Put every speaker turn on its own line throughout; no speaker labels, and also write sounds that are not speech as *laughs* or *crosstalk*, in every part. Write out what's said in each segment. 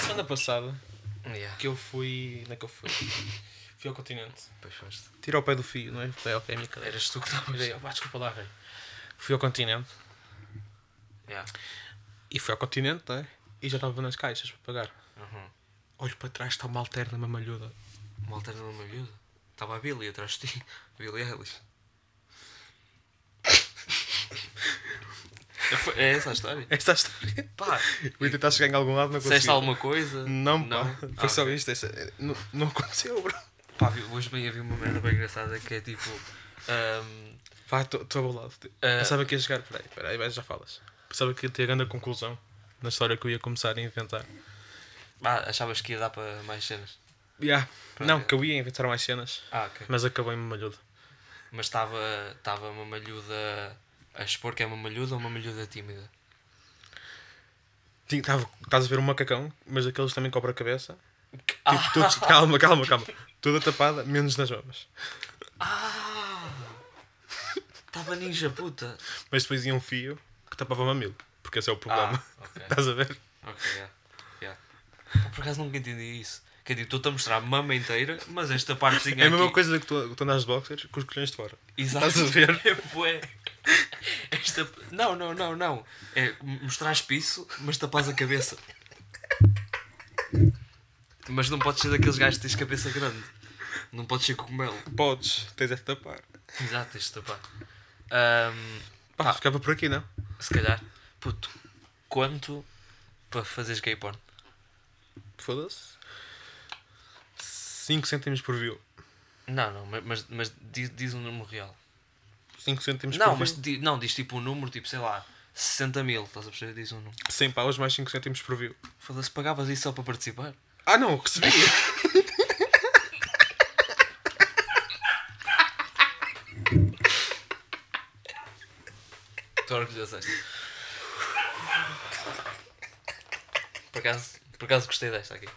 semana passada
Yeah.
que eu fui. Onde é que eu fui? Fui ao continente.
Pois foste.
Tira o pé do fio, não é? Pé, ok, a minha cadeira.
Eras tu que estavas.
Olha aí, opá, desculpa lá, rei. Fui ao continente.
Yeah.
E fui ao continente, não é? E já estava nas caixas para pagar.
Uhum.
Olho para trás, está uma alterna, uma malhuda.
Uma alterna numa miúda. Estava a Billy atrás de ti. Billy *laughs* Ellis. É essa a história?
Esta é a história.
Pá,
Vou tentar chegar em algum lado, não
disseste
consegui.
alguma coisa?
Não, pá. Foi
Ah,
só
ok.
isto. esta- Não, não aconteceu, bro.
Pá, vi- hoje bem havia uma merda bem engraçada que é tipo. um, ahm,
Vá, estou abalado.
Ah.
Pensava que ia chegar. Peraí, peraí, vai, já falas. Pensava que ia ter a grande conclusão na história que eu ia começar a inventar.
ah, achavas que ia dar para mais cenas?
Yeah.
Pronto,
Não,
é.
que eu ia inventar mais cenas,
Ah, ok.
mas acabei-me malhudo.
Mas estava estava uma malhuda a expor que é uma malhuda ou uma malhuda tímida?
Tinha- tava- Estás a ver um macacão, mas aqueles também cobra a cabeça.
Ah.
Tipo, todos- calma, calma, calma. Toda tapada, menos nas mamas.
Ah! Estava ninja puta!
Mas depois ia um fio que tapava o mamilo, porque esse é o problema.
Ah, ok.
Estás a ver?
Ok, yeah. yeah. Pá, Por acaso nunca entendi isso. Que é tipo, estou-te a mostrar a mama inteira, mas esta partezinha
É a mesma
aqui-
coisa que tu, tu andas de boxers com os colhões de fora.
Exato. É
Estás a ver?
*laughs* Bué. Esta... Não, não, não, não. É mostrar piso, mas tapas a cabeça. Mas não podes ser daqueles gajos que tens cabeça grande. Não podes ser cogumelo.
Podes, tens é de tapar.
Exato, tens de tapar. Ahm,
Pá,
Tá.
ficava por aqui, não?
se calhar. Puto, quanto para fazeres gay porn?
Foda-se. 5 cêntimos por view.
Não, não, mas- mas, mas diz, diz um número real.
5 cêntimos
não,
por
mas
view.
di- não, diz tipo um número, tipo, sei lá, 60 mil. Estás a perceber? Diz um número.
100 paus mais 5 cêntimos por view.
Foda-se, pagavas isso só para participar?
Ah não, recebi.
Estou orgulhoso desta. Por acaso, por acaso gostei desta aqui.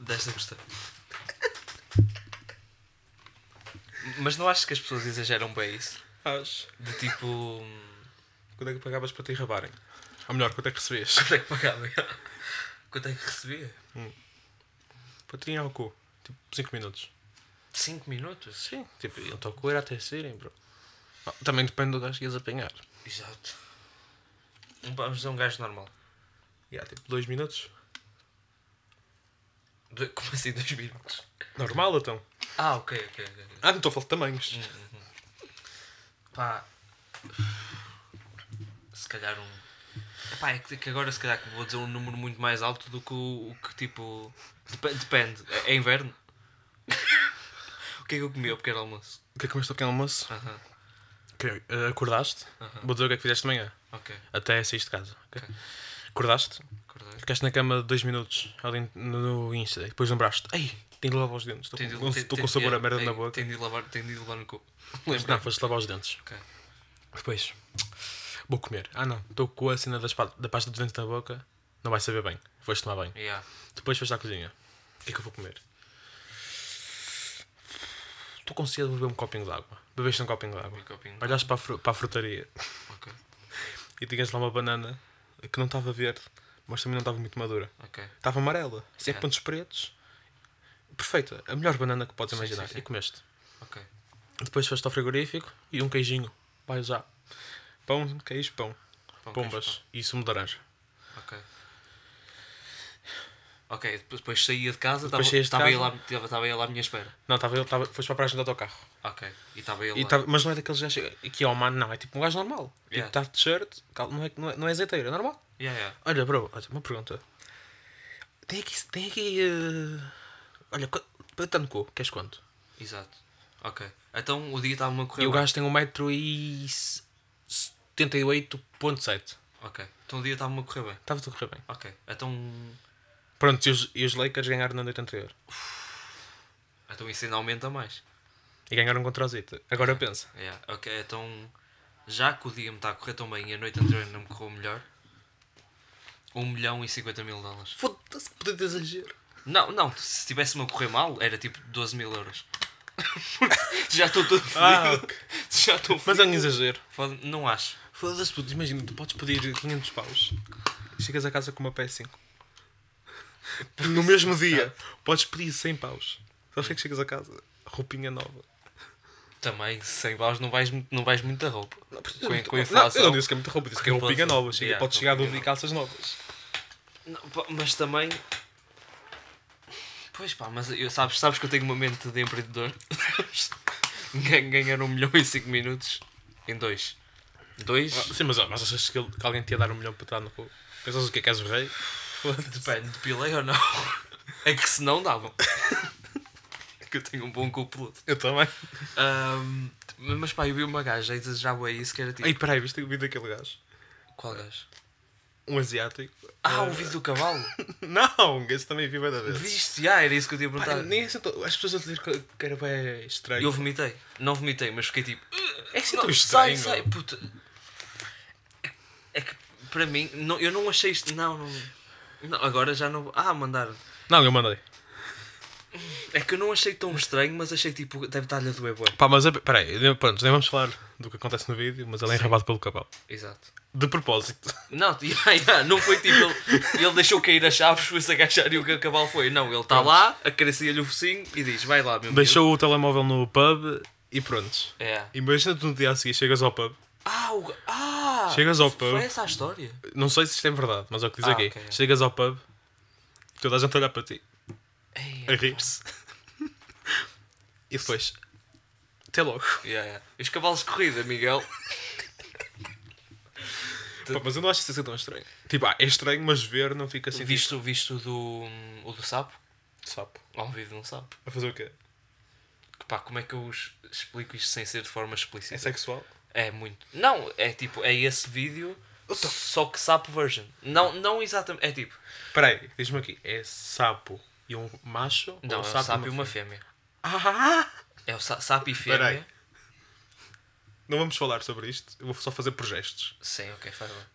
Desta gostei. Mas não acho que as pessoas exageram bem isso?
Acho.
De tipo. hum,
Quanto é que pagavas para te rabarem? Ou melhor, quanto é que recebias?
Quanto é que pagava? Quanto é que recebia?
para tirar ao cu. Tipo, 5 minutos.
5 minutos?
Sim. Tipo, iam te ao cu era até serem, bro. Ah, Também depende do gajo que ias apanhar.
Exato. Vamos dizer um gajo normal.
E há tipo 2 minutos.
Do- Como assim 2 minutos?
Normal então.
Ah, ok, ok, ok. ok.
Ah, não estou a falar de tamanhos.
Pá. Se calhar um. Epá, é que que agora se calhar que vou dizer um número muito mais alto do que o, o que tipo. Dep- depende. É, é inverno? *laughs* o que é que eu comi ao pequeno almoço?
O que é que comeste ao pequeno almoço?
Aham,
Ok, eh, acordaste? Vou dizer o que é que fizeste de manhã.
ok.
Até saíste de casa. ok?
Ok.
Acordaste?
Acordei.
Ficaste na cama 2 minutos ali no, no Insta e depois lembraste. Ei, tenho de lavar os dentes. Estou
Tenho de-
com-
tenho-
Estou com
tenho-
sabor a
é,
merda na
tenho-
boca.
Tenho de lavar, tenho de lavar no cu.
Não, foste lavar os dentes.
Ok.
Depois, vou comer. Ah não, estou com a cena das pa- da pasta dos dentes na boca. Não vai saber bem. Foste tomar banho.
Yeah.
Depois foste à cozinha. O que é que eu vou comer? Estou com sede de beber um copinho de água. Bebeste um copinho de água.
Um copinho.
Olhaste para a, fru- para a frutaria
Ok.
e tinhas lá uma banana que não estava verde, mas também não estava muito madura.
Ok.
Estava amarela, sem
Ok.
pontos pretos. Perfeita, a melhor banana que podes
Sim,
imaginar.
sim, sim.
E comeste.
Ok.
Depois foste ao frigorífico e um queijinho. Vai já. Pão, queijo, pão.
Pão,
Pombas
queijo,
e sumo de laranja.
pão. Ok. Ok, depois, depois saía de casa,
Depois saías de
estava aí
casa.
lá estava- estava aí lá à minha espera.
Não, estava ele, estava, foste para a paragem do autocarro.
Ok. E estava ele
E
lá.
tava- mas não é daqueles gajos que é humano, não. É tipo um gajo normal. Tipo,
Yeah.
está de t-shirt, cal- não é, não, é, não é azeiteiro, é normal.
Yeah, yeah.
Olha, bro, olha, uma pergunta. Tem aqui. Tem aqui eh, Olha, qu- para tanto cu, queres quanto?
Exato. Ok. Então o dia estava-me a correr.
E o
bem.
gajo tem 1,78m.
Ok. Então o dia estava-me a correr bem.
Estava tudo a correr bem.
Ok. Então.
Pronto, e os, e os Lakers ganharam na noite anterior.
Então isso ainda aumenta mais.
E ganharam contra o Zita. Agora pensa.
Yeah. Ok. Então. Já que o dia me está a correr tão bem e a noite anterior ainda me correu melhor. 1 milhão e 50 mil dólares.
Foda-se, que poder de exagero.
Não, não. Se estivesse-me a correr mal, era tipo 12 mil euros. *laughs* Porque já estou todo fodido.
Ah, ok.
*laughs* Já estou
Mas é um exagero.
fodido. Não acho.
Foda-se, puto, imagina, tu podes pedir 500 paus. Chegas a casa com uma PS5. No mesmo dia. Podes pedir 100 paus. Sabes o que é que chegas a casa? Roupinha nova.
Também, sem baus não vais, mu- não vais muita roupa. com,
Não,
com a inflação.
eu não disse que é muita roupa, disse que é
Com
roupinha
inflação.
nova. Chega,
Yeah,
podes chegar a
roupinha
dormir de calças novas.
Não, pá, mas também. Pois pá, mas eu, sabes, sabes que eu tenho uma mente de empreendedor. *laughs* Gan- Ganhar um milhão em 5 minutos. Em 2. 2?
Sim, mas, mas achas que, ele- que alguém te ia dar um milhão para estar no cu? Pensas o que é que és o rei?
Depende, depilei ou não? É que se não dava. *laughs* É que eu tenho um bom cu peludo.
Eu também.
Ahm, mas pá, eu vi uma gaja a exagerar bem isso que era tipo.
Ei, peraí, viste o vídeo daquele gajo?
Qual gajo?
Um asiático.
Ah, o vídeo do *laughs* cavalo!
Não, um gajo também viu bué da vez.
Viste? Ah, era isso que eu tinha
Pá,
perguntado.
nem aceitou. As pessoas a dizer que que era bem estranho.
Eu vomitei. Não vomitei, mas fiquei tipo.
É que isso é
Não,
tão
sai,
estranho.
sai, puta. É que para mim, não, eu não achei isto. Não, não, não, agora já não. Ah, mandar.
Não, eu mandei.
É que eu não achei tão estranho, mas achei tipo, deve estar-lhe a doer, bué.
Pá, mas é- peraí, nem- pronto, nem vamos falar do que acontece no vídeo, mas ele é enrabado pelo cavalo.
Exato.
De propósito.
Não, *laughs* yeah, yeah, não foi tipo, ele, ele deixou cair as chaves, foi-se agachar e o que acabou foi. Não, ele está lá, acaricia-lhe o focinho e diz: vai lá, meu
*laughs* Deixou o telemóvel no pub e pronto.
miúdo." É.
Imagina-te no dia a seguir, chegas ao pub.
Ah, o... ga- ah!
Chegas ao pub.
Foi essa a história?
Não sei se isto é verdade, mas é o que diz
Ah,
aqui.
ok.
Chegas ao pub, toda a gente a olhar para ti,
Ei,
a rir-se. e depois, até logo.
yeah, yeah. É, Os cavalos de corrida, Miguel.
Pá, mas eu não acho isso assim tão estranho. Tipo, ah, é estranho, mas ver não fica assim.
Viste, o- viste o do, o do sapo?
tipo, sapo.
Há um vídeo de um sapo.
A fazer o quê?
Que Pá, como é que eu os explico isto sem ser de forma
É
explícita?
sexual?
É, muito. Não, é tipo, é esse vídeo, só que sapo version. Não, não exatamente. É tipo,
Peraí, diz-me aqui. É sapo e um macho?
não,
ou
é um sapo e uma fêmea.
Ah!
É o sa- sapo e fêmea.
Peraí. Não vamos falar sobre isto, eu vou só fazer por gestos.
Sim, ok, faz lá.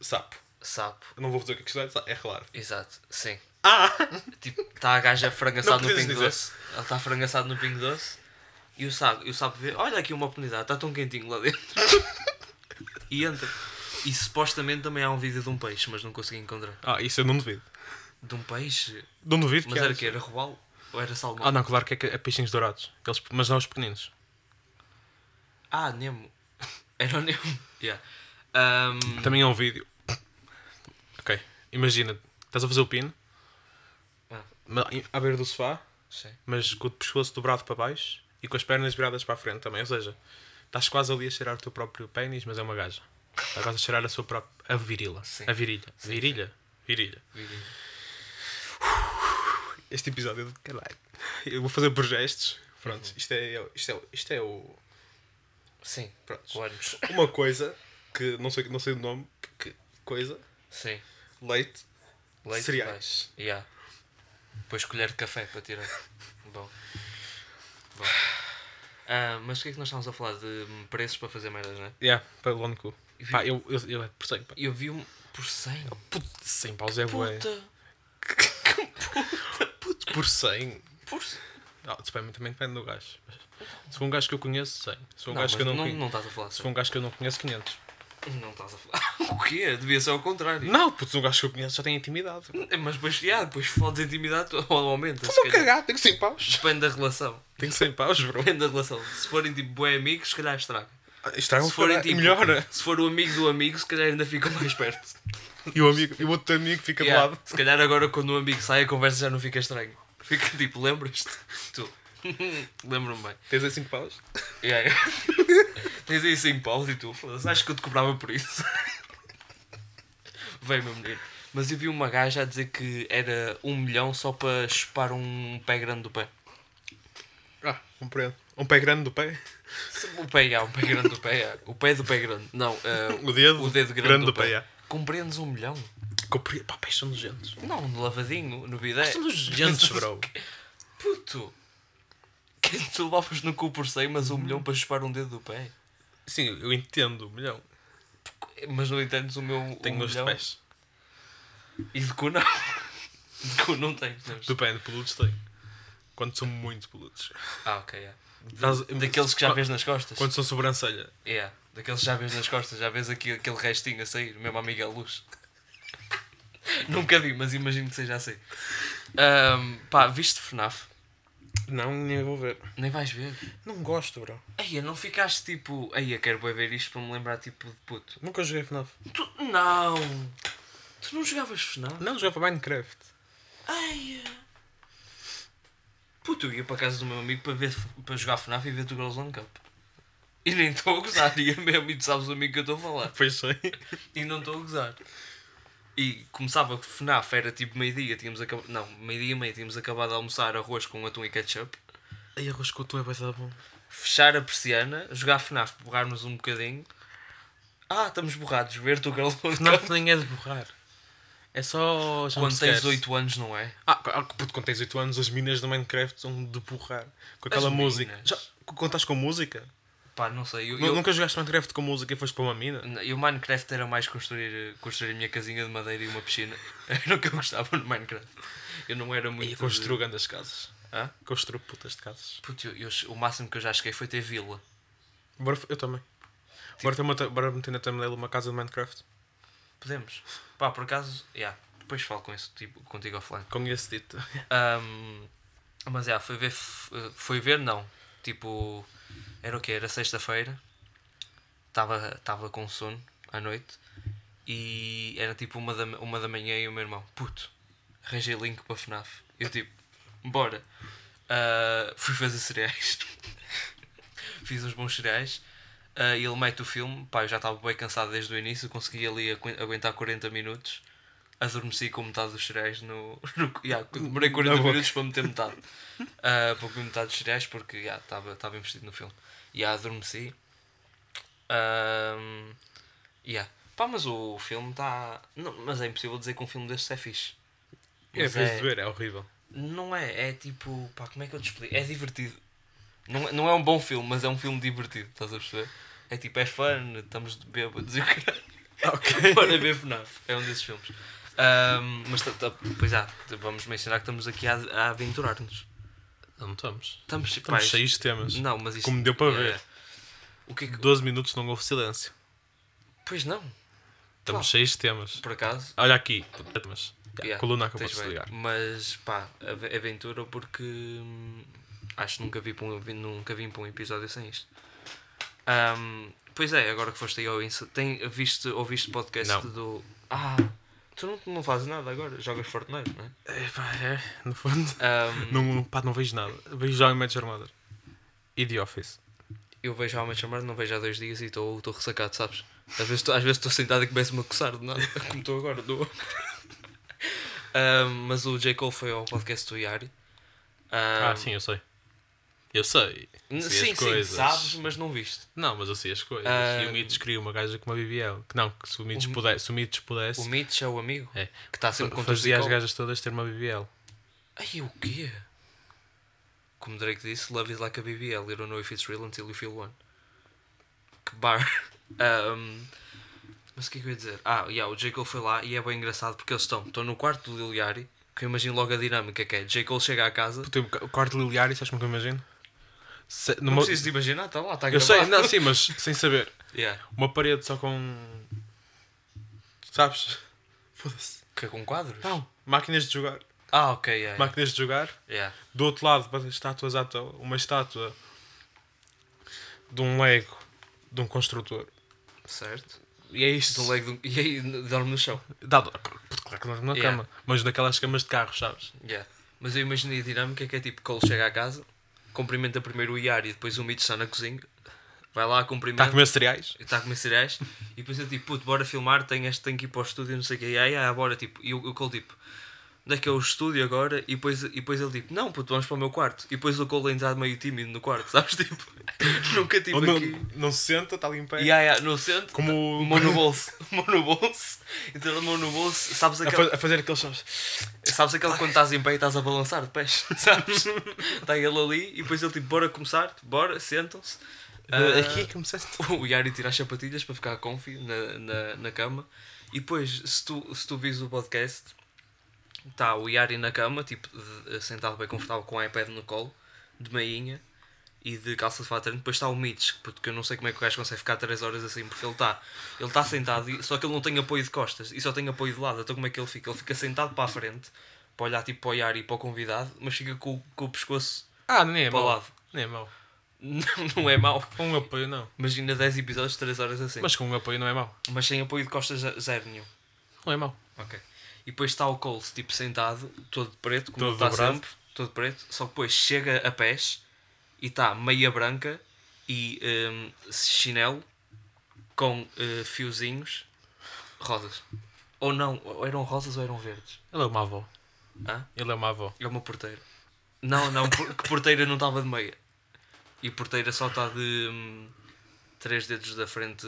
Sapo.
Sapo,
Eu não vou dizer o que é que isto é, sa- é relar.
exato, sim.
Ah!
Tipo, está a gaja frangaçada
Não
no
precisas
Pingo
dizer.
Doce. Ela está frangaçada no Pingo Doce. E o sapo, e o sapo vê, olha aqui uma oportunidade, está tão quentinho lá dentro. e entra. E supostamente também há um vídeo de um peixe, mas não consegui encontrar.
Ah, isso eu não duvido.
De um peixe?
Não duvido
Mas
que
era
haja.
que Era robalo? Ou era salmão?
Ah, não, claro que é, que é peixinhos dourados. Eles, mas não os pequeninos.
Ah, Nemo. *laughs* Era o Nemo. Yeah. Ahm,
Também é um vídeo. Ok, imagina, estás a fazer o pino,
Ah.
ma- à beira do sofá,
sim.
mas com o pescoço dobrado para baixo e com as pernas viradas para a frente também. Ou seja, estás quase ali a cheirar o teu próprio pênis, mas é uma gaja. Estás quase a cheirar a sua própria. a virila.
Sim.
A virilha. virilha? Virilha.
Vídeo.
Este episódio é do caralho. Eu vou fazer por gestos. Pronto, isto é, isto é, isto é o.
Sim.
Pronto.
O ânus.
Uma coisa que não sei, não sei o nome, que coisa,
Sim.
leite,
Leite
cereais.
vai. Yeah. Depois colher de café
*laughs*
para tirar. Bom. Bom. Ah, mas o que é que nós estávamos a falar? De preços para fazer merdas, não é?
Yeah, para o cu. Pá, eu, eu, eu, é por sei, pá.
Eu vi um por 100.
Puto, 100 paus é bué.
Puta!
Puto, por 100.
Por...
Ah, depende, também depende do gajo. Se for um gajo que eu conheço, 100. Se for um
Não, mas
gajo que eu não,
não,
conheço.
não estás a falar
Se
assim.
for um gajo que eu não conheço, 500.
Não estás a falar. *laughs* O quê? Devia ser ao contrário. É,
Não, puto, se um gajo que eu conheço já tem intimidade. Estou
Mas depois, yeah, depois fodes a intimidade ou aumenta. se calhar.
cagado, tenho 100 paus.
Depende da relação.
Tenho 100 paus, bro.
Depende da relação. Se forem tipo boi amigos, se calhar estraga.
Estragam
Se forem tipo.
melhora.
Se for o amigo do amigo, se calhar ainda fica mais perto.
E o, amigo, e o outro amigo fica
Yeah,
de lado.
Se calhar agora quando um amigo sai a conversa já não fica estranho. Fica tipo, lembras-te? Tu. *laughs* Lembro-me bem.
Tens aí 5 paus?
Yeah, yeah. *laughs* Tens aí 5 paus e tu, foda-se, acho que eu te cobrava por isso. *laughs* Vem, meu menino. Mas eu vi uma gaja a dizer que era um milhão só para chupar um pé grande do pé.
Ah, compreendo. Um pé grande do pé.
O pé, yeah, um pé grande do pé. yeah. O pé do pé grande. Não,
*laughs*
eh,
O dedo,
o dedo grande, do, pé.
yeah.
Compreendes um milhão?
Compreendo. é. Pá, pés são nojentos.
Não, no lavadinho, no bidé.
São nojentos, *laughs* bro.
Puto! Que tu levavas no cu por 100, mas um milhão para chupar um dedo do pé.
Sim, eu entendo, milhão.
Mas não entendes o meu.
Tenho
um
nojo de
milhão?
pés.
E de cu não. *laughs* De cu não tens. tens.
Depende, peludos tem. Quando são muito peludos.
Ah, ok, é.
Estás-
Daqueles que já
Qua-
vês nas costas.
Quando são sobrancelha.
É, daqueles que já vês nas costas, já vês aqui, aquele restinho a sair, mesmo a Miguel Luz. *laughs* Nunca vi, mas imagino que seja assim. Ahm, pá, viste FNAF?
Não, nem vou ver.
Nem vais ver.
Não gosto, bro.
Aí, não ficaste tipo. Aí, eu quero bué ver isto para me lembrar tipo de puto.
Nunca joguei FNAF.
Tu. Não! Tu não jogavas FNAF?
Não, jogava Minecraft.
Ai! Puto, eu ia para casa do meu amigo para, ver, para jogar FNAF e ver o Girls One Cup. E nem estou a gozar, *laughs* e é mesmo, e tu sabes o amigo que eu estou a falar.
*laughs* Pois sei.
E não estou a gozar. E começava que FNAF, era tipo meio-dia, tínhamos acabado. Não, meio-dia e meio, tínhamos acabado de almoçar arroz com atum e ketchup.
Aí arroz com tu é bastante bom.
fechar a persiana, jogar FNAF, borrar-nos um bocadinho. Ah, estamos borrados, ver tu Girl
FNAF nem é de borrar. É só.
Quando tens 8 anos, não é?
Ah, ah, puto, quando tens 8 anos, as minas do Minecraft são de borrar. Com aquela
As
música.
minas.
Já, quando estás com música?
Pá, não sei. Eu,
Nu-
eu,
Nunca jogaste Minecraft com música e foste para uma mina?
eu Minecraft era mais construir, construir a minha casinha de madeira e uma piscina. *laughs* Era o que eu gostava no Minecraft. Eu não era muito.
E
de-
construo grandes casas.
Hã?
Construo putas de casas.
Puto, eu- eu- o máximo que eu já cheguei foi ter vila.
Bora, eu também. Bora, ter uma, ta- bora meter na thumbnail uma casa de Minecraft.
Podemos. Pá, por acaso, yeah, depois falo com isso tipo, contigo offline.
Com esse dito.
Ahm, mas é, foi ver. f- eh, Foi ver, não. Tipo, era o quê? Era sexta-feira. Estava tava com sono à noite. E era tipo uma da, uma da manhã e o meu irmão, puto, arranjei link para FNAF. Eu tipo, bora. Ah, fui fazer cereais. *laughs* Fiz uns bons cereais. Ah, e ele mete o filme. Pá, eu já estava bem cansado desde o início. Consegui ali agu- aguentar 40 minutos adormeci com metade dos cereais no. *laughs* no yeah, demorei 40
boca.
minutos para meter metade. Ah, para comer metade dos cereais porque já estava estava investido no filme. E yeah, adormeci. Ahm, yeah. Pá, mas o filme está. Mas é impossível dizer que um filme destes é fixe.
É,
Mas
fez de ver, é horrível.
Não é, é tipo. Pá, como é que eu te explico? É divertido. Não, é- não é um bom filme, mas é um filme divertido, estás a perceber? É tipo, é fun, estamos de bêbados e o caralho. *laughs*
Ok.
Para ver FNAF. É um desses filmes. Ahm, mas, tá- tá- pois há, t- vamos mencionar que estamos aqui a, a aventurar-nos.
Não estamos.
Estamos, pá,
Estamos
isto-
cheios de temas.
Não, mas isto.
Como deu para
é,
ver.
O que é que.
12 minutos não houve silêncio.
Pois não,
Estamos cheios de temas.
por acaso.
Olha aqui. Temas.
Yeah,
Coluna que eu
tens
posso
bem.
ligar.
Mas pá, ave- aventura porque. hum, Acho que nunca, vi para um, nunca vim para um episódio sem isto. Ahm, pois é, agora que foste aí ao Insta. Tem, viste, ouviste podcast
Não.
do. Ah, tu não, não fazes nada agora, jogas Fortnite, não Hum, é?
É, no fundo.
Ahm,
Não, pá, não vejo nada. Vejo já o Major Mother. E The Office.
Eu vejo a Match Murder, não vejo há dois dias e estou estou ressacado, sabes? Às vezes estou às vezes estou sentado e começo-me a coçar de nada, *laughs* como estou agora, do Ahm, Mas o J. Cole foi ao podcast do Yari. Hum, Ahm,
Ah, sim, eu sei. Eu sei.
n-
Sei
Sim,
as
sim,
coisas.
sabes, mas não viste.
Não, mas eu sei as coisas.
Ah.
E o Mitch queria uma gaja com uma BBL. Que não, que se o Mitch
Mi-
pudesse, se o Mitch pudesse
O Mitch é o amigo
É.
que está sempre contra o J.
fazia as
Cole.
gajas todas ter uma BBL.
Ai, o quê? Como Drake disse, Love is like a BBL. You don't know if it's real until you feel one. Que bar. *laughs* Um, mas o que é que eu ia dizer? Ah, yeah, o J. Cole foi lá e é bem engraçado porque eles estão, estão no quarto do Lil Yachty, que eu imagino logo a dinâmica que é. J. Cole chega à casa.
Puta, O quarto liliário, sabes como que eu imagino? Se-
Não
numa-
preciso de imaginar, está lá, está
eu sei,
gravado.
não, sim, mas sem saber.
*laughs* Yeah.
Uma parede só com. Sabes? Foda-se.
Que é com quadros?
Não, máquinas de jogar.
Ah, ok, yeah, yeah.
Máquinas de jogar.
yeah.
Do outro lado, para estátuas à toa. Uma estátua de um Lego, de um construtor.
Certo.
E é isto.
De um leg de um- *laughs* E aí dorme no chão.
Dá dó. Puto, Claro que não é na
Yeah.
cama. Mas naquelas camas de carro, sabes?
Yeah. Mas eu imaginei a dinâmica que é tipo: Cole chega à casa, cumprimenta primeiro o Yari e depois o Mitch está na cozinha, vai lá, cumprimenta.
Está Tá a comer cereais?
Está a comer cereais *laughs* e depois eu tipo, puto, bora filmar, tenho, este, tenho que ir para o estúdio, não sei o que, ai, ai, bora, tipo, e o, o Cole tipo, onde é que é o estúdio agora? E depois, e depois ele tipo, não, puto, vamos para o meu quarto. E depois o Cole entrar meio tímido no quarto, *laughs* sabes? Tipo, nunca tive
Ou Oh, não,
aqui.
não se senta, está ali em pé.
E ai, ai, no centro,
Como o-
o mão no bolso, *laughs* mão no bolso, então a mão no bolso, sabes
A,
aquele,
fa- a fazer aqueles sabes?
sabes aquele quando estás em pé e estás a balançar de pés, *laughs* sabes? Está ele ali e depois ele tipo, bora começar, bora, sentam-se. Ah,
Eh, Aqui é começaste.
*laughs* o Yari tira as sapatilhas para ficar comfy na, na, na cama. E depois, se tu, se tu vis o podcast, tá está o Yari na cama, tipo, de- sentado bem confortável com o iPad no colo, de meinha. e de calça de fato treino. Depois está o Mitch, porque eu não sei como é que o gajo consegue ficar 3 horas assim, porque ele está ele tá sentado, e- só que ele não tem apoio de costas e só tem apoio de lado. Então como é que ele fica? Ele fica sentado para a frente, para olhar tipo para o Yari e para o convidado, mas fica com, o- com o pescoço *laughs*
Ah, nem é
para o
mau.
lado.
Nem é mau.
Não, não é mau.
Com um apoio não.
Imagina 10 episódios de 3 horas assim, mas,
Mas com um apoio não é mau.
sem apoio de costas ze- zero nenhum.
Não é mau.
Ok. E depois está o Coles, tipo, sentado, todo preto, como
Todo
ele está
dobrado.
sempre, todo preto, só que depois chega a pés e está meia branca e hum, chinelo com eh, fiozinhos rosas. Ou não, ou eram rosas ou eram verdes.
Ele é uma avó.
Hã?
Ele é uma
*laughs*
avó.
É uma porteira. Não, não, por- que porteira não estava de meia. E porteira só está de hum, três dedos da frente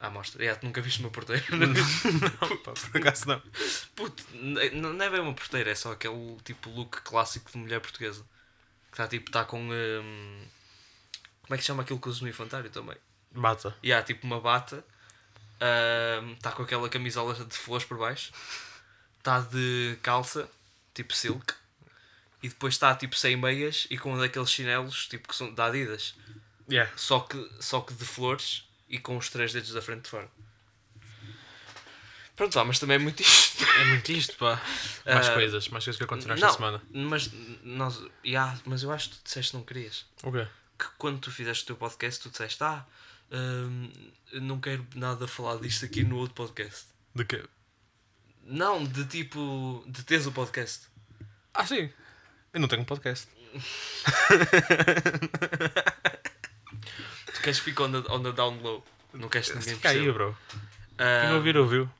à mostra. Yeah, tu nunca viste uma porteira.
Não, pá, por acaso não.
Puto, n- n- não é bem uma porteira, é só aquele tipo look clássico de mulher portuguesa. Que está tipo, está com. hum, como é que se chama aquilo que usa no infantário também?
Bata.
E há tipo uma bata, hum, está com aquela camisola de flores por baixo, está de calça, tipo silk, e depois está tipo sem meias e com um daqueles chinelos tipo que são da Adidas,
Yeah.
só que, só que de flores e com os três dedos da frente de fora. Pronto, lá, mas também é muito isto.
*laughs* É muito isto, pá. Mais
Ah,
coisas, mais coisas que aconteceram
não,
esta semana.
Mas nós, yeah, mas eu acho que tu disseste que não querias.
O quê?
Que quando tu fizeste o teu podcast, tu disseste, ah, hum, não quero nada falar disto aqui no outro podcast.
De que?
Não, de tipo, de teres o podcast.
Ah, sim. Eu não tenho um podcast.
Tu queres que fique on the, on the down low. Não queres que ninguém
Fica aí,
perceba.
bro. Quem
Ah,
ouvir, ouviu.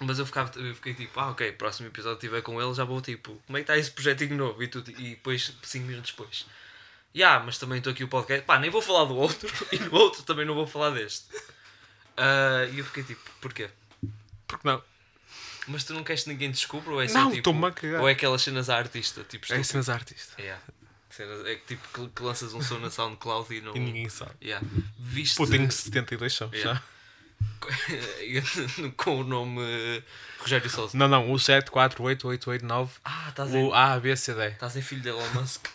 mas eu, ficava, eu fiquei tipo, ah, ok, próximo episódio tiver com ele, já vou tipo, como é que está esse projetinho novo? E, tu, e depois, 5 minutos depois. Ya, mas também estou aqui o podcast. Pá, nem vou falar do outro *laughs* e no outro também não vou falar deste. Ah, e eu fiquei tipo, porquê?
Porque não?
É Mas tu não queres que ninguém descubra ou é só
Não,
tipo.
estou-me a cagar.
Ou é aquelas cenas à artista, tipo.
É
estúpido?
cenas artista.
Yeah. Cenas- É que tipo que, que lanças um som na SoundCloud e não.
E ninguém sabe.
Yeah. Viste. *laughs*
Pô, tenho 72 sons
Yeah.
já.
com o nome eh, Rogério Souza.
Não, não. O 7, 4, 8, 8, 8, 9.
Ah, estás em,
O A, B, C, D.
estás em Tá filho de Elon Musk.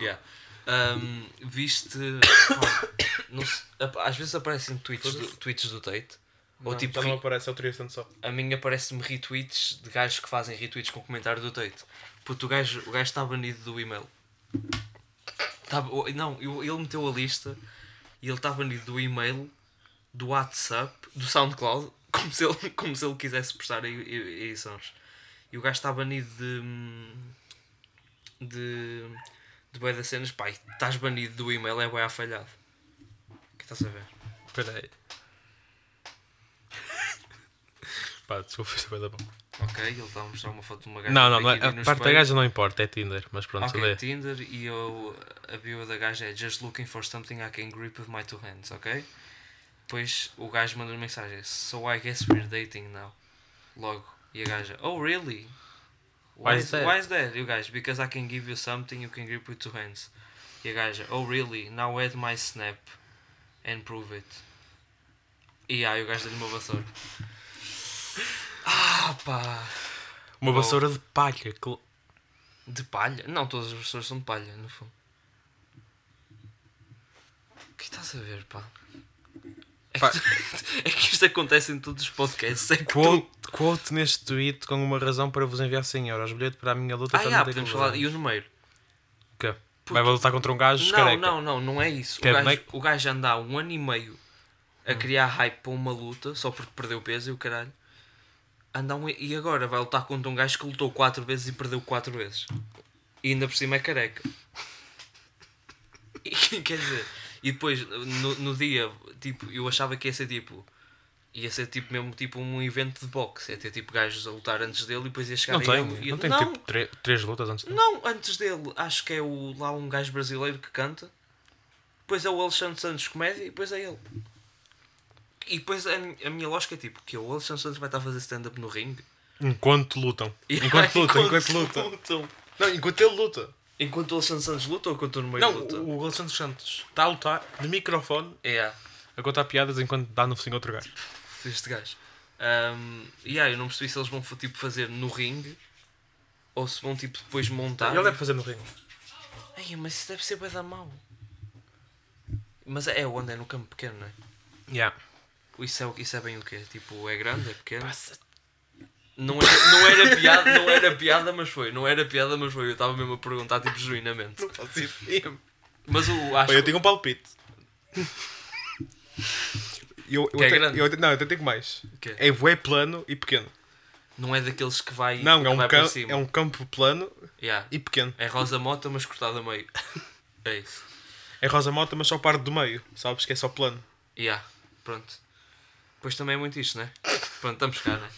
yeah. Um, viste. *coughs* pá, não se- ap- às vezes aparecem tweets do, tweets do Tate. Ou tipo, re-
aparece, é o Tristan só.
a minha aparece-me retweets de gajos que fazem retweets com comentário do Tate. Puto, o gajo o gajo está banido do e-mail. Tá- o- não, eu- ele meteu a lista e ele está banido do e-mail, do WhatsApp, do SoundCloud, *laughs* como se ele, como se ele quisesse postar aí, aí, aí sons. E o gajo está banido de. hum, de. de bué das cenas. Pai, estás banido do e-mail, é bué afalhado. O que estás a ver? *laughs*
Peraí. Pá, desculpa, isto foi da bom.
Ok, ele está a mostrar uma foto de uma gaja.
Não,
de
não,
biquíni no
a parte da
espelho.
gaja não importa, é Tinder, mas pronto,
Ok, tipo,
lê.
Tinder e eu, a bio da gaja é Just looking for something I can grip with my two hands, ok? Depois o gajo manda uma mensagem So I guess we're dating now. Logo. E a gaja, Oh really?
Why is that?"
Why is that? E o gajo, Because I can give you something you can grip with two hands. E a gaja, Oh really? Now add my snap and prove it. E aí o gajo dá-lhe uma vassoura. *laughs* Ah pá!
Uma
Oh.
vassoura de palha. Que...
De palha? Não, todas as pessoas são de palha, no fundo. O que estás a ver, pá? É
Pá.
que, *laughs* é que isto acontece em todos os podcasts. É que tu...
Quote, quote neste tweet com uma razão para vos enviar 100 euros. Bilhete para a minha luta
Ah,
para
já,
não ter
podemos
que
falar.
levar.
E o número?
Quê? Vai lutar contra um gajo
Não,
careca.
não, não, não é isso. O
Quer
gajo,
boneco?
o gajo anda há um ano e meio a
Hum.
criar hype para uma luta só porque perdeu peso e o caralho. Anda há um... E agora vai lutar contra um gajo que lutou 4 vezes e perdeu 4 vezes. E ainda por cima é careca. *laughs* E, quer dizer, e depois no, no dia, tipo, eu achava que ia ser tipo. Ia ser tipo mesmo tipo um evento de boxe. Ia ter tipo gajos a lutar antes dele e depois ia chegar
Não
a
tem,
ele e-
não tem tipo tre- três lutas antes de...
não, antes dele, acho que é o, lá um gajo brasileiro que canta. Depois é o Alexandre Santos Comédia e depois é ele. E depois a, mi- a minha lógica é tipo: que o Alexandre Santos vai estar a fazer stand-up no ringue.
Enquanto
*laughs*
lutam. Enquanto lutam, enquanto lutam.
lutam.
Não, enquanto ele luta.
Enquanto o Alexandre Santos luta ou enquanto eu no meio
Não,
luta?
o Alexandre Santos está a lutar de microfone
É,
a contar piadas enquanto dá no focinho a outro gajo.
este gajo. Ahm, e aí, eu não percebi se eles vão tipo, fazer no ringue ou se vão tipo, depois montar.
é Ele deve fazer no ringue.
Ai, Ei, mas isso deve ser bué da mau. Mas é onde? É no campo pequeno, não é?
Yeah.
Isso é, o- isso é bem o quê? Tipo, é grande, é pequeno? Não era, não era piada, não era piada, mas foi. Não era piada, mas foi. Eu estava mesmo a perguntar, tipo, genuinamente. *laughs*
Faço ideia.
Mas o acho
Bem, eu tenho um *laughs* palpite. Eu, eu
Que é
até-
grande.
eu até- não, eu até digo mais.
Quê?
É bué plano e pequeno.
não é daqueles que vai,
não,
que
é um,
vai
cam-
para cima.
é um campo plano
Yeah.
e pequeno.
É rosa mota, mas cortada a meio. *laughs* é isso.
É rosa mota, mas só parte do meio. Sabes que é só plano.
Yeah. Pronto. Pois também é muito isto, né? Pronto, estamos cá, né?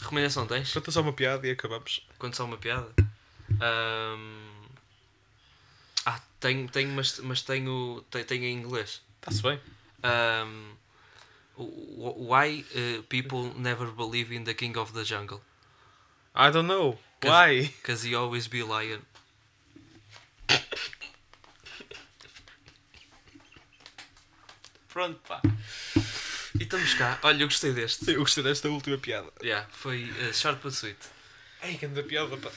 Recomendação tens?
Conta só uma piada e acabamos.
Quando só uma piada? Ahm, Ah, tenho, tenho mas, mas tenho, te- tenho em inglês.
Está-se bem.
Ahm, wh- Um, Why eh, people never believe in the king of the jungle?
I don't know. Why?
Because he always be lion. Pronto, pá. E estamos cá. Olha, eu gostei deste.
Eu gostei desta última piada.
Yeah, foi eh, short but sweet.
Ai, que anda piada, pá.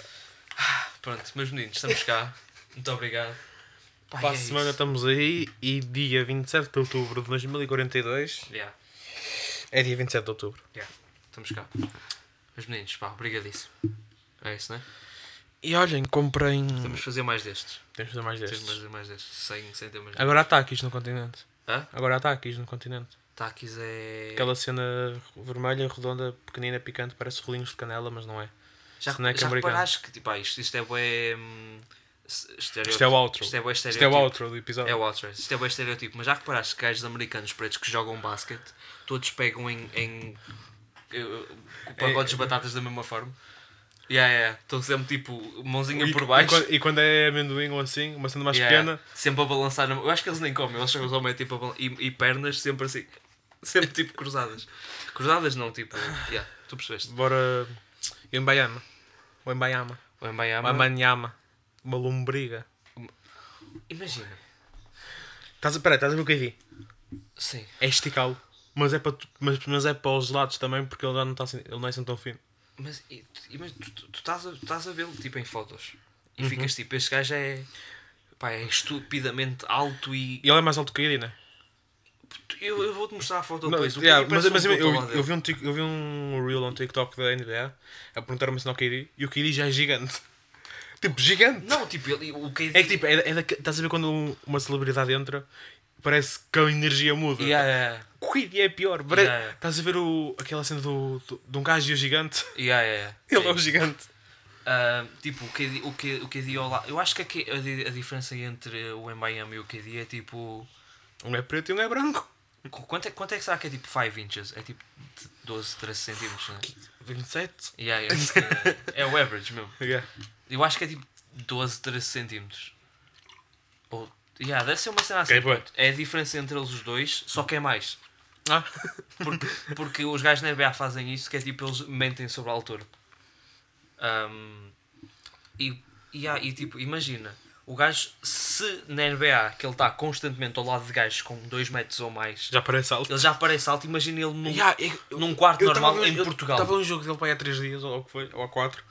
Pronto, meus meninos, estamos cá. Muito obrigado. Pá,
Para
e
a
é
semana
isso.
estamos aí e dia 27 de outubro de 2042
Yeah,
é dia 27 de outubro.
yeah. Estamos cá. Meus meninos, pá, obrigadíssimo. É isso, né?
E olhem, comprem.
Vamos fazer mais destes.
Temos de fazer mais
Temos de
destes. Ah.
fazer mais destes. Sem, sem ter mais.
Agora há ataques no continente.
Hã?
Agora há ataques no continente.
Taquis é.
Aquela cena vermelha, redonda, pequenina, picante, parece rolinhos de canela, mas não é.
Já,
Snack
já
americano.
reparaste que tipo, ah, isto, isto é bué. hum, s- estereótipo.
Isto é o outro.
Isto é bué
Isto é o
estereótipo.
outro do episódio.
É o outro. Isto é bué estereótipo. Mas já reparaste que gajos americanos pretos que jogam basquete, todos pegam em. em
É,
eh, pagodes de batatas da mesma forma. Yeah, yeah. Estão sempre tipo, mãozinha
E,
por baixo.
E, quando, e quando é amendoim ou assim, uma cena mais
Yeah, yeah.
pequena,
Sempre a balançar. na- Eu acho que eles nem comem, eles chegam só meio tipo a balan- e, e pernas sempre assim. *laughs* Sempre tipo cruzadas. Cruzadas não, tipo. Yeah, tu percebeste.
bora. Em Baiama. Ou em Baiama.
Ou em
Ou
Miami.
em Manhama. Uma lombriga.
Imagina.
Estás a, peraí, estás a ver o que eu vi?
Sim.
É esticá-lo. Mas é, para, tu- mas, mas é para os lados também, porque ele já não, está, assim- ele não é assim tão fino.
Mas, e- e- mas tu, tu- tu estás a, tu estás a vê-lo tipo em fotos e
Uhum.
ficas tipo, este gajo é, pá, é estupidamente alto e.
E ele é mais alto que ele, né?
Eu, eu vou-te mostrar a foto
Não,
depois. O
yeah,
Kyrie
mas
parece
mas eu,
um puto ao
eu,
lado
eu
dele.
vi é um, tic- eu vi um reel no TikTok da NBA a perguntar uma cena ao KD e o KD já é gigante. *laughs* Tipo, gigante.
Não, tipo, ele, o KD.
É que tipo, é, é da, estás a ver quando um- uma celebridade entra, parece que a energia muda.
Yeah, yeah,
O KD é pior. Pare-
Yeah, yeah.
Estás a ver o, aquela cena do, do, de um gajo e o gigante. *laughs*
yeah, yeah,
Ele é
yeah.
o gigante.
Ah, tipo, o KD, o KD, o KD ao lado. Eu acho que a, K- a di- a diferença entre o Miami e o KD é tipo.
Um é preto e um é branco.
qu- Quanto é, quanto é que será que é tipo 5 inches? É tipo de 12, 13 centímetros, né?
27.
Yeah, eu acho que é, é o average mesmo.
Yeah.
Eu acho que é tipo 12, 13 centímetros. Ou. Yeah, deve ser uma cena assim.
Ok, boa.
é a diferença entre eles os dois, só que é mais.
Ah.
Porque, porque os gajos na NBA fazem isso, que é tipo, eles mentem sobre a altura. Ahm, e, e, há- e tipo, imagina, o gajo, se na NBA, que ele está constantemente ao lado de gajos com 2 metros ou mais,
*laughs* Já parece alto.
ele já parece alto, imagina ele num,
Yeah, eu- eu-
num quarto
eu
normal
tava a ver-
em
eu
Portugal.
Estava um jogo dele para aí há 3 dias, ou o que foi, ou há 4.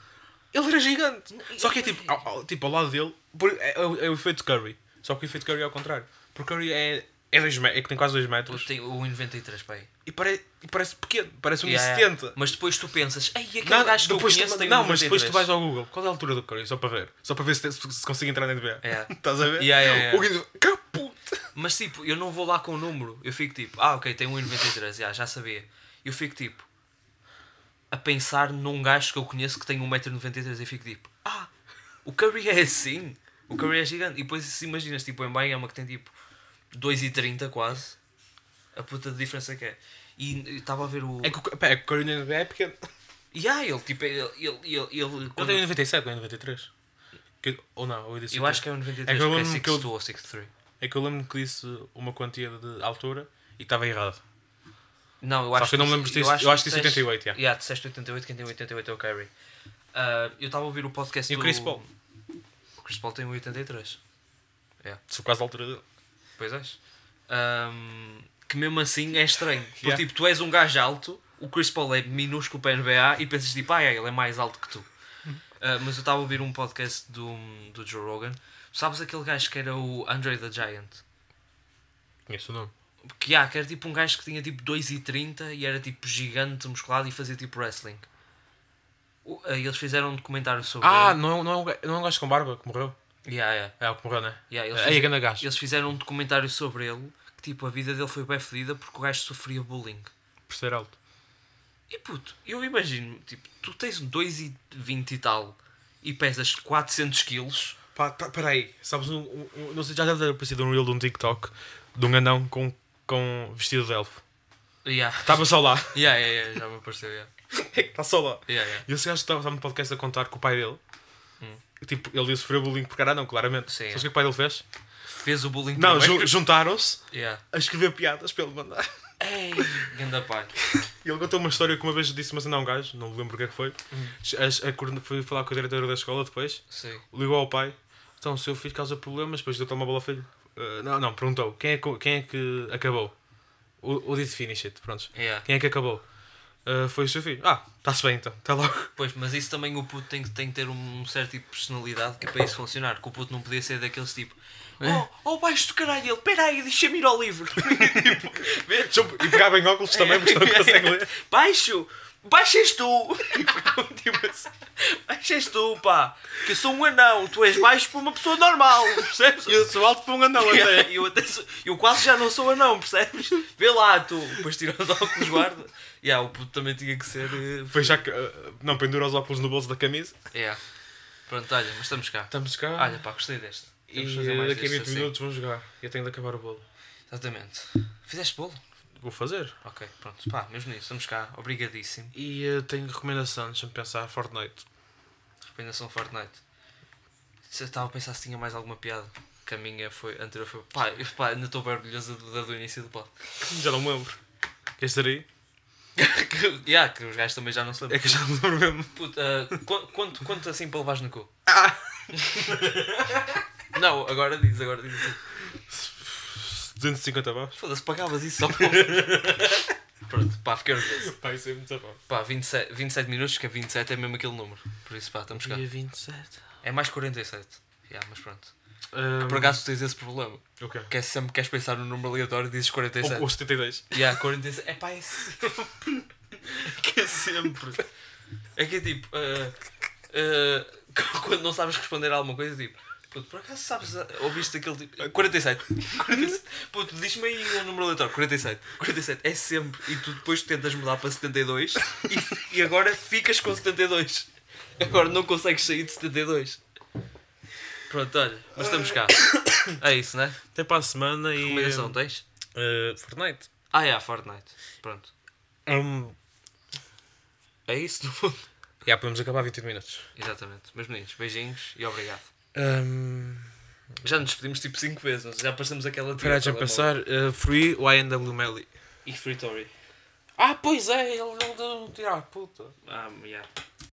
Ele era gigante. Só que é tipo, ao, ao- tipo, ao lado dele, por- é, é o- é o efeito Curry. Só que o efeito Curry é ao contrário. Porque Curry é, é, dois me- é que tem quase 2
Eu
metros.
tenho o 93, pá aí.
E, pare- e parece pequeno, parece um
Yeah,
yeah,
yeah. Mas depois tu pensas, ei, aquele
Não,
gajo que eu
depois
conheço
tu,
tem um
não
93.
mas depois tu vais ao Google. Qual é a altura do Curry? Só para ver. Só para ver se, se, se consigo entrar na NBA. *laughs*
Yeah.
Estás a ver?
Yeah, yeah, yeah.
O Guido, que puta!
Mas tipo, eu não vou lá com o número. Eu fico tipo, ah ok, tem 1,93, já, já sabia. Eu fico tipo, a pensar num gajo que eu conheço que tem 1,93m e fico tipo, ah, o Curry é assim. O Curry é gigante. E depois se imaginas, tipo, em Miami que tem tipo 2,30 quase. A puta de diferença que é. E estava a ver o.
É que, o- pá, é que o Curry na NBA é pequeno.
E ah, ele, tipo, ele. ele, ele, ele-
Ele tem 97, não é 93? Que- ou não, eu disse
eu acho que é 1,93m,
É que eu
porque é
lembro-me que eu-
6'2 ou 6'3.
É que eu lembro que disse uma quantia de altura e estava errado.
Não, eu
Sabes
acho
que eu não me lembro disso. Eu acho que disse 88, já.
Yeah. tu disseste 88, quem tem 88 é o Kyrie. Ah, eu estava a ouvir o podcast
E o
do...
Chris Paul?
O Chris Paul tem um 83.
Sou quase a altura dele.
Pois és. Ahm, que mesmo assim
*laughs*
é estranho. Porque
Yeah.
tipo, tu és um gajo alto, o Chris Paul é minúsculo para a NBA e pensas
Uhum.
tipo, ah, é, ele é mais alto que tu. Ah, mas eu estava a ouvir um podcast do, do Joe Rogan Sabes aquele gajo que era o Andre the Giant?
Conheço o nome.
Que, ah, que era tipo um gajo que tinha tipo 2,30 e era tipo gigante, musculado e fazia tipo wrestling. O- eh, Eles fizeram um documentário sobre
Ah,
ele.
não, é- não, é um, ga- não é um gajo com barba que morreu?
Yeah, yeah.
É o que morreu, né?
Yeah, eles
é? É,
fizeram-
é grande gajo.
Eles fizeram um documentário sobre ele que tipo a vida dele foi bem fedida porque o gajo sofria bullying.
Por ser alto.
E puto, eu imagino, tipo, tu tens 2,20 e tal e pesas 400 quilos.
Pá, tá, peraí. Sabes, um, um- um- não sei, já deve ter aparecido um reel de um TikTok de um anão com, com vestido de elfo.
Yeah.
Estava só lá.
Yeah, yeah, yeah, já me apareceu, yeah.
*laughs* Está só lá.
Yeah, yeah.
E esse gajo estava estava no podcast a contar com o pai dele. Tipo, ele ia sofrer bullying por cara, não, claramente.
Sim,
Sabes o que,
é.
é que o pai dele fez?
Fez o bullying
Não,
primeiro.
ju- juntaram-se
Yeah.
a escrever piadas para ele mandar. *laughs*
Ei, ganda pai.
E ele contou uma história que uma vez disse, mas não, um gajo, não me lembro o que é que foi. A, a, coorden- foi falar com a diretora da escola depois,
Sim.
ligou ao pai. Então, o seu filho causa problemas, depois deu-te uma bola ao filho. Ah, não, não, perguntou. Quem é, que- quem é que acabou? O, o did finish it, pronto.
Yeah.
Quem é que acabou? Ah, foi o seu filho. Ah, está-se bem então, até logo.
Pois, mas isso também o puto tem, que- tem que ter um certo tipo de personalidade que é para isso funcionar. Que o puto não podia ser daqueles tipo. Oh, oh baixo do caralho, ele, peraí, deixa-me ir ao livro. *laughs*
E pegava em óculos também, porque não consegue ler.
Baixo! Baixas tu! *laughs* tipo assim, Baixas tu, pá! Que eu sou um anão, tu és baixo para uma pessoa normal, *laughs* percebes?
Eu sou alto para um anão até.
eu, até sou- eu quase já não sou anão, percebes? Vê lá tu! Depois tira os óculos, guarda. Yeah, o puto também tinha que ser. eh,
Foi já que. ah, não, pendura os óculos no bolso da camisa.
Yeah. Pronto, olha, mas estamos cá.
Estamos cá.
Olha, pá, gostei deste.
e eh,
Temos de fazer mais
daqui a 20
destes assim.
minutos vamos jogar. Eu tenho de acabar o bolo.
Exatamente. Fizeste bolo?
Vou fazer.
Ok, pronto. Pá, mesmo nisso, estamos cá. Obrigadíssimo.
E eh, tenho recomendação, deixa-me pensar, Fortnite.
Recomendação Fortnite. Se eu Estava a pensar se tinha mais alguma piada. Que a minha foi, a anterior foi. Pá, eu, pá ainda estou bem orgulhoso da do, do início
*laughs*
do plot.
Já não me lembro. Queres ter aí?
que, yeah, que os gajos também já não se
É
lembram.
que eu já não me lembro mesmo. Ah!
Puta, ah, qu- quanto, quanto assim para levares no cu? *laughs* não, agora diz, agora diz.
250 baixos.
Foda-se, pagavas isso só para. *laughs* Pronto, pá, fiquei orgulhoso.
Pá, isso é muito bom.
Pá, 27, 27 minutos, que a 27 é mesmo aquele número. Por isso, pá, estamos cá.
Dia 27.
É mais 47. Yeah, mas pronto.
Um,
Por acaso tens esse problema.
O quê?
Que é sempre que queres pensar num número aleatório dizes 47.
Ou, ou 72.
Yeah, 47. É pá, é sempre. *laughs* que é sempre. É que é tipo. ah, ah, *laughs* quando não sabes responder a alguma coisa, tipo. Puto, por acaso sabes. a- Ouviste aquele tipo. *laughs* 47. 47. Puto, diz-me aí um número aleatório. 47. 47. É sempre. E tu depois tentas mudar para 72 e, e agora ficas com 72. Agora não consegues sair de 72. Pronto, olha. Mas estamos cá. É isso, né?
Até para a semana e.
Recomendação tens?
eh, Fortnite.
Ah, é, a Fortnite. Pronto.
Um,
É isso, no fundo.
já podemos acabar 20 minutos.
*laughs* Exatamente. Meus meninos, beijinhos e obrigado.
Um,
Já nos despedimos tipo 5 vezes, nós já passamos aquela tira
Espera,
de
deixa
telemóvel.
pensar. eh, free ou INW Melly?
E Free Tory.
Ah, pois é, ele não deu um tirar, puta.
Ah, yeah.